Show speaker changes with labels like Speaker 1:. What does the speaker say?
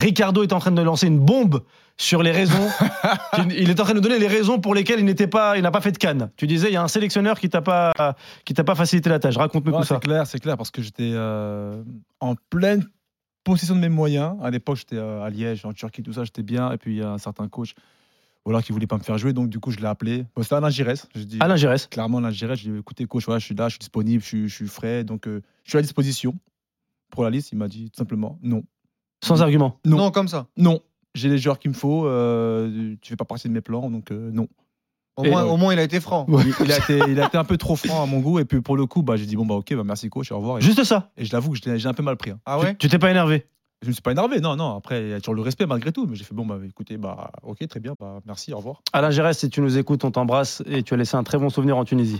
Speaker 1: Ricardo est en train de lancer une bombe sur les raisons. il il est en train de donner les raisons pour lesquelles il n'était pas, il n'a pas fait de canne. Tu disais, il y a un sélectionneur qui t'a pas, qui t'a pas facilité la tâche. Raconte-nous
Speaker 2: Ouais,
Speaker 1: tout ça.
Speaker 2: C'est clair, c'est clair, parce que j'étais euh, en pleine possession de mes moyens. À l'époque, j'étais euh, à Liège, en Turquie, tout ça, j'étais bien. Et puis, il y a un certain coach voilà, qui voulait pas me faire jouer, donc du coup, je l'ai appelé. Bon, C'était Alain Giresse. J'ai dit,
Speaker 1: Alain Gérès.
Speaker 2: clairement, Alain Giresse, j'ai dit, écoutez, coach, voilà, je suis là, je suis disponible, je suis, je suis frais, donc euh, je suis à disposition pour la liste. Il m'a dit tout simplement, non,
Speaker 1: Sans argument.
Speaker 2: Non.
Speaker 3: Non. comme ça.
Speaker 2: non, j'ai les joueurs qu'il me faut, euh, tu fais pas partie de mes plans, donc euh, non.
Speaker 3: Au
Speaker 1: Et-
Speaker 3: moins, au moins, il a été franc.
Speaker 2: Il, il a été, il a été un peu trop franc à mon goût, et puis pour le coup, bah, j'ai dit, bon, bah ok, bah, merci coach, au revoir. Et,
Speaker 1: Juste ça.
Speaker 2: et je l'avoue que je l'ai- j'ai un peu mal pris. hein.
Speaker 3: Ah
Speaker 1: Tu-
Speaker 3: ouais
Speaker 1: Tu t'es pas énervé.
Speaker 2: Je me suis pas énervé, non, non. Après, il y a toujours le respect malgré tout. Mais j'ai fait, bon, bah écoutez, bah ok, très bien, bah merci, au revoir.
Speaker 1: Alain Gérès, si tu nous écoutes, on t'embrasse et tu as laissé un très bon souvenir en Tunisie.